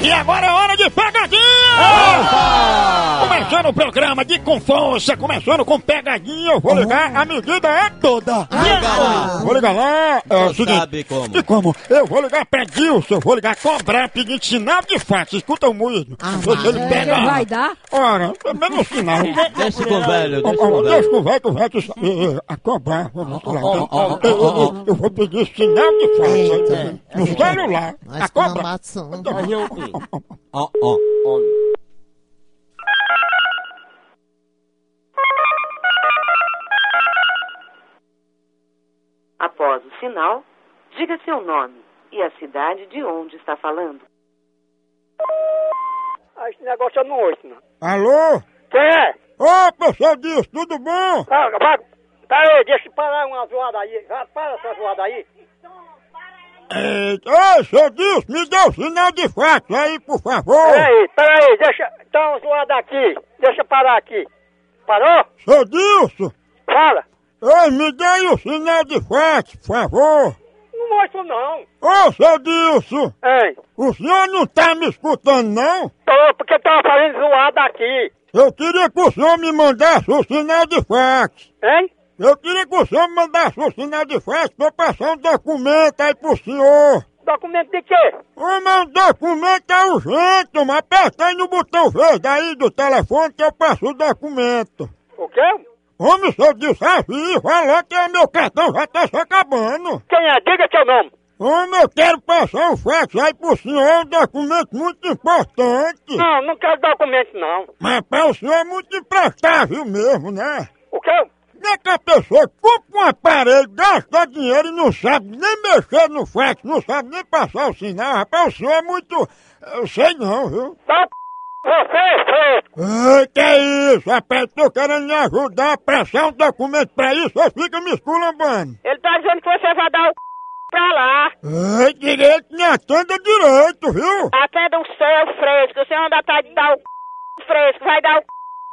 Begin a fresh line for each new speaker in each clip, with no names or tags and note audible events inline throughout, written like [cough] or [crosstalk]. E agora é hora de pegadinha! Começando o programa de com força, começando com pegadinha, eu vou ligar, a medida é toda!
liga lá.
Vou ligar lá, é o
Só
seguinte,
Ah. sabe como.
e como? Eu vou ligar pra Dilson, eu vou ligar cobrar, pedir sinal de fax, escuta o moído,
Ah,
se ele pega...
Ele É, vai dar?
Ora, é mesmo sinal,
[laughs] um Deixa com o velho, deixa com o
Deixa
velho.
que o velho, que o velho que sa- eh, eh, a cobrar, vamos lá.
ó, ó,
Eu- eu- eu- Eu vou pedir sinal de fax,
Eita.
no celular, a
Mas com
cobrar.
amação.
Ó, ó.
Após o sinal, diga seu nome e a cidade de onde está falando.
Ah, esse negócio eu não ouço, não.
Alô?
Quem é?
Opa, eu sou disso, tudo bom?
Ah, vai... Peraí, deixa eu parar uma zoada aí. Ah, para essa zoada aí.
Eita, Ei, seu disso, me dê o sinal de fax aí, por favor.
Peraí, peraí, deixa... Tá uma zoada aqui. Deixa eu parar aqui. Parou?
Seu disso,
Fala.
ei, me dê o sinal de fax, por favor.
Não mostro, não.
Ô, seu disso,
Hein?
o senhor não tá me escutando, não?
Tô, porque tava fazendo zoada aqui.
Eu queria que o senhor me mandasse o sinal de fax.
Hein?
Eu queria que o senhor me mandasse o sinal de fax pra eu passar um documento aí pro senhor.
Documento de quê?
Ô, mas o documento é urgente, mas aperta aí no botão verde aí do telefone que eu passo o documento.
O quê?
Homem, se eu desafio, falou que é meu cartão já tá se acabando.
Quem é? Diga seu nome.
Homem, eu quero passar um fax aí pro senhor, é um documento muito importante.
Não, não quero documento, não.
Mas pra o senhor é muito imprestável mesmo, né?
O quê?
Como é que a pessoa compra um aparelho, gasta dinheiro e não sabe nem mexer no fax, não sabe nem passar o sinal, rapaz? O senhor é muito. Eu sei não, viu?
Tá, p... Você, fresco.
Ei, que é isso, rapaz? Tô querendo me ajudar a passar um documento pra isso, você fica me esculambando.
Ele tá dizendo que você vai dar o c... pra lá.
Ei, Ah, direito me atenda direito, viu?
Atenda o seu fresco. Você anda atrás de dar o c... fresco. Vai dar o c...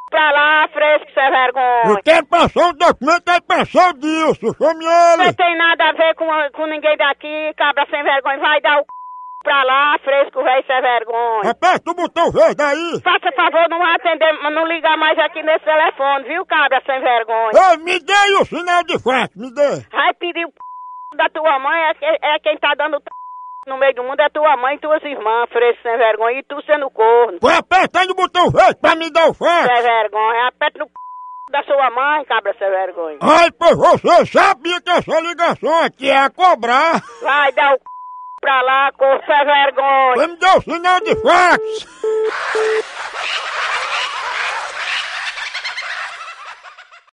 pra lá, fresco, sem
Eu
vergonha.
quero passar um documento, aí passou disso, chame
Não
ele.
tem nada a ver com, com ninguém daqui, cabra sem vergonha. Vai dar o c... pra lá, fresco, velho, sem vergonha.
Aperta o botão verde aí.
Faça favor, não atender, não ligar mais aqui nesse telefone, viu, cabra sem vergonha.
Ei, me dê o sinal de fax, me dê.
Vai pedir o c... da tua mãe, é, que- é quem tá dando o c... no meio do mundo, é tua mãe e tuas irmãs, fresco, sem vergonha. E tu sendo corno,
Foi apertando o botão verde pra me dar o fax.
sem vergonha. Aperta no c... da sua mãe, cabra sem vergonha.
Ai, pois você sabia que essa ligação aqui é a cobrar.
Vai dar o c... pra lá, com essa vergonha.
Vai me dar o sinal de fax.